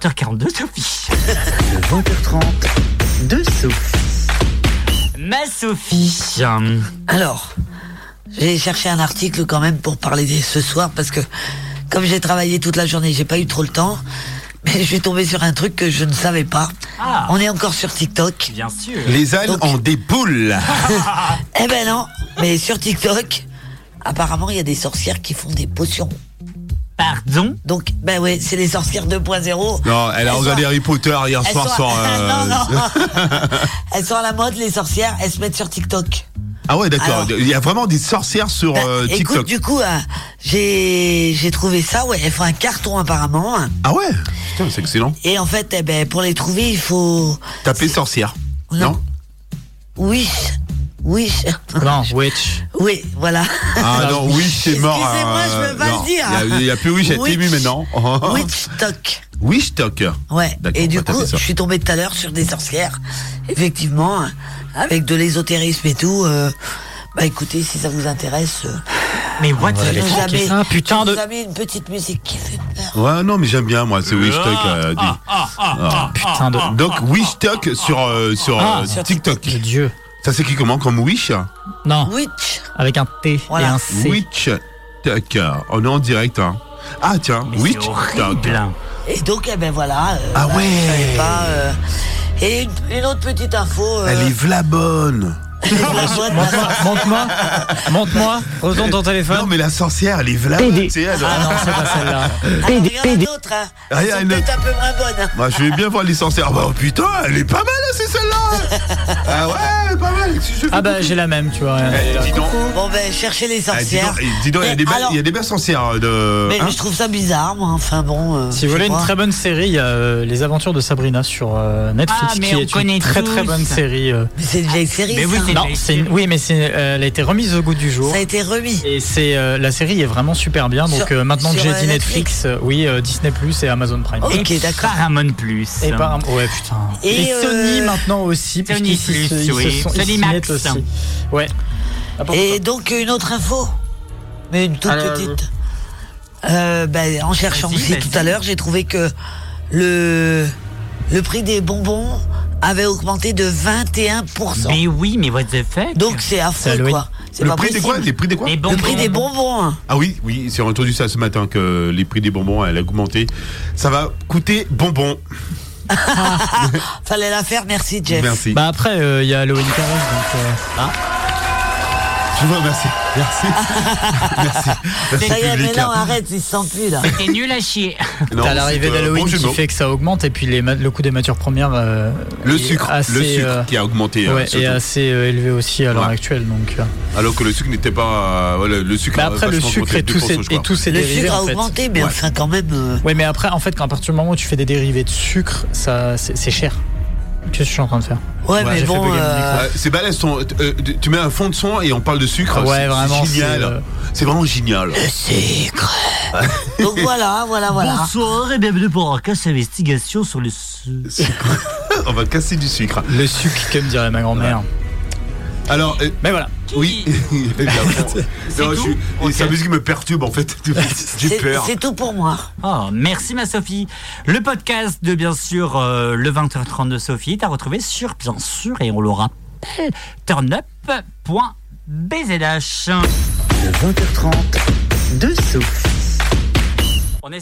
20h42, Sophie. Le 20h30 de Sophie. Ma Sophie. hum, Alors, j'ai cherché un article quand même pour parler des- ce soir parce que comme j'ai travaillé toute la journée, j'ai pas eu trop le temps. Mais je suis tombé sur un truc que je ne savais pas. Ah. On est encore sur TikTok. Bien sûr. Les ânes Donc- ont des boules. Eh ben non, mais sur TikTok, apparemment il y a des sorcières qui font des potions. Pardon Donc, ben ouais, c'est les sorcières 2.0. Non, elle a Elles regardé sont- Harry Potter hier elles soir sont- sur. euh, Non, non. elles sont à la mode, les sorcières, elles se mettent sur TikTok. Ah ouais, d'accord. Alors- Il y a vraiment des sorcières sur Bah, euh, TikTok. Écoute, du coup, euh, j'ai j'ai trouvé ça. Ouais, elles font un carton apparemment. hein. Ah ouais. Putain, c'est excellent. Et en fait, eh ben, pour les trouver, il faut Tapez sorcière. Non. oui, oui, Non, witch. oui, voilà. Ah non, oui, c'est mort. Excusez-moi, euh, je peux pas non. le dire. Il y a- Il n'y a, plus oui, j'ai Witch- été maintenant. Witch Talk. Wish Talk. Ouais. Oh. D'accord, Et on du va taper coup, ça. je suis tombé tout à l'heure sur des sorcières, effectivement, hein, avec de l'ésotérisme et tout. euh, bah écoutez, si ça vous intéresse, euh, Mais what je the vous fuck ai mis- is ça, Ah, putain je de. vous ai mis une petite musique qui fait peur. Ouais, non, mais j'aime bien moi ce Wish Talk. euh, du- ah, Putain de. Donc Wish Talk sur euh, sur Ah. euh, TikTok. De Dieu. Ça s'écrit comment comme Wish Non, Witch. avec un T et Voilà. un C. Witch Talk. On est en direct. Hein. Ah tiens, Mais Wish c'est Talk. horrible. Et donc, eh ben voilà. euh, Ah bah, je ouais. savais pas, euh, et une, une autre petite info. euh, Elle est vlabonne. les Blackbox, bah, Monte-moi. Monte-moi. Retourne ton Non Hein téléphone. mais la sorcière, elle est vlabonne. tu sais, elle- Ah non, c'est pas celle-là. alors, il y en a d'autres. Hein. Ah, il Elles y a sont une peut-être un peu moins bonnes. hein. Moi, je vais bien voir les sorcières. Bah, oh, putain, elle est pas mal, hein, c'est celle-là. ah ouais, pas mal. Si je- Ah bah j'ai la même, tu vois. Eh, dis donc, Bon, ben, cherchez les eh, dis sorcières. donc, eh, dis donc, il y a Mais des belles, alors- il y a des belles sorcières euh, de. Mais hein je trouve ça bizarre, moi. Enfin bon. euh, Si je vous voulez sais une pas. très bonne série, il y a euh, Les Aventures de Sabrina sur euh, Netflix, Ah, mais qui on est connaît une très très tous. bonne série. euh. Mais c'est une vieille série. Mais oui, ça. c'est Non, Mais c'est si. une- oui, mais c'est, euh, elle a été remise au goût du jour. Ça a été remis. Et c'est euh, la série est vraiment super bien. Donc Sur- euh, maintenant que sur, j'ai euh, dit Netflix Netflix, euh, oui, euh, Disney Plus et Amazon Prime. Oh. Ok, Et d'accord. Paramount Plus. Et par ouais putain. Et, Et, Sony euh, maintenant aussi. Sony puisqu'ils se- Plus, ils se oui. sont- ils Sony s'y Max. mettent aussi. Ouais. N'importe Et donc, une autre info. Mais une toute Alors, petite. Euh, ben, en cherchant Vas-y, aussi vas-y. tout à l'heure, j'ai trouvé que le, le prix des bonbons avait augmenté de 21%. Mais oui, mais what the fuck Donc c'est affreux Salut. quoi. C'est le pas prix des quoi possible. Les prix des quoi Les Le bonbons. prix des bonbons. hein. Ah oui, oui, j'ai entendu ça ce matin que les prix des bonbons, elle a augmenté. Ça va coûter bonbon. Fallait la faire, merci Jeff. Merci. Bah après, euh, il y a Halloween qui arrive, donc. euh, Je vous remercie. Merci. merci. Merci. Ça y est, hein. mais public. hein. non, arrête, ils se sentent plus là. T'es nul à chier. Non, T'as c'est, l'arrivée euh, d'Halloween bon jeu de qui mots. fait que ça augmente et puis les ma- le coût des matières premières euh, Le est sucre, assez, le sucre euh, qui a augmenté. euh, ouais, surtout. est assez euh, élevé aussi à l'heure Ouais. actuelle donc. euh. Alors que le sucre n'était pas. euh, voilà, le sucre. Mais a après le vachement sucre augmenté et de tous ces 2%, je et crois. tous ces Le dérivés sucre a en fait. augmenté, mais Ouais. enfin quand même. euh, Ouais, mais après en fait quand à partir du moment où tu fais des dérivés de sucre, ça c'est c'est cher. Qu'est-ce que je suis en train de faire Ouais, mais j'ai fait bon. bugger mon euh, Ouais, c'est balèze. ton- euh, tu- tu mets un fond de son et on parle de sucre. Ouais, c'est- c'est vraiment, génial. c'est, euh, C'est vraiment génial. Le sucre. Donc voilà, hein, voilà, voilà. Bonsoir et bienvenue pour Arcache Investigation sur le. su- on va casser du sucre. Le sucre, comme dirait ma grand-mère. Alors, euh, Mais voilà. oui. Non, je- tout et Sa Ok. musique me perturbe en fait. J'ai C'est- peur. C'est tout pour moi. Oh, merci ma Sophie. Le podcast de bien sûr euh, le 20h30 de Sophie, t'as retrouvé sur bien sûr et on le rappelle turnup.bzh. Le 20h30 de Sophie.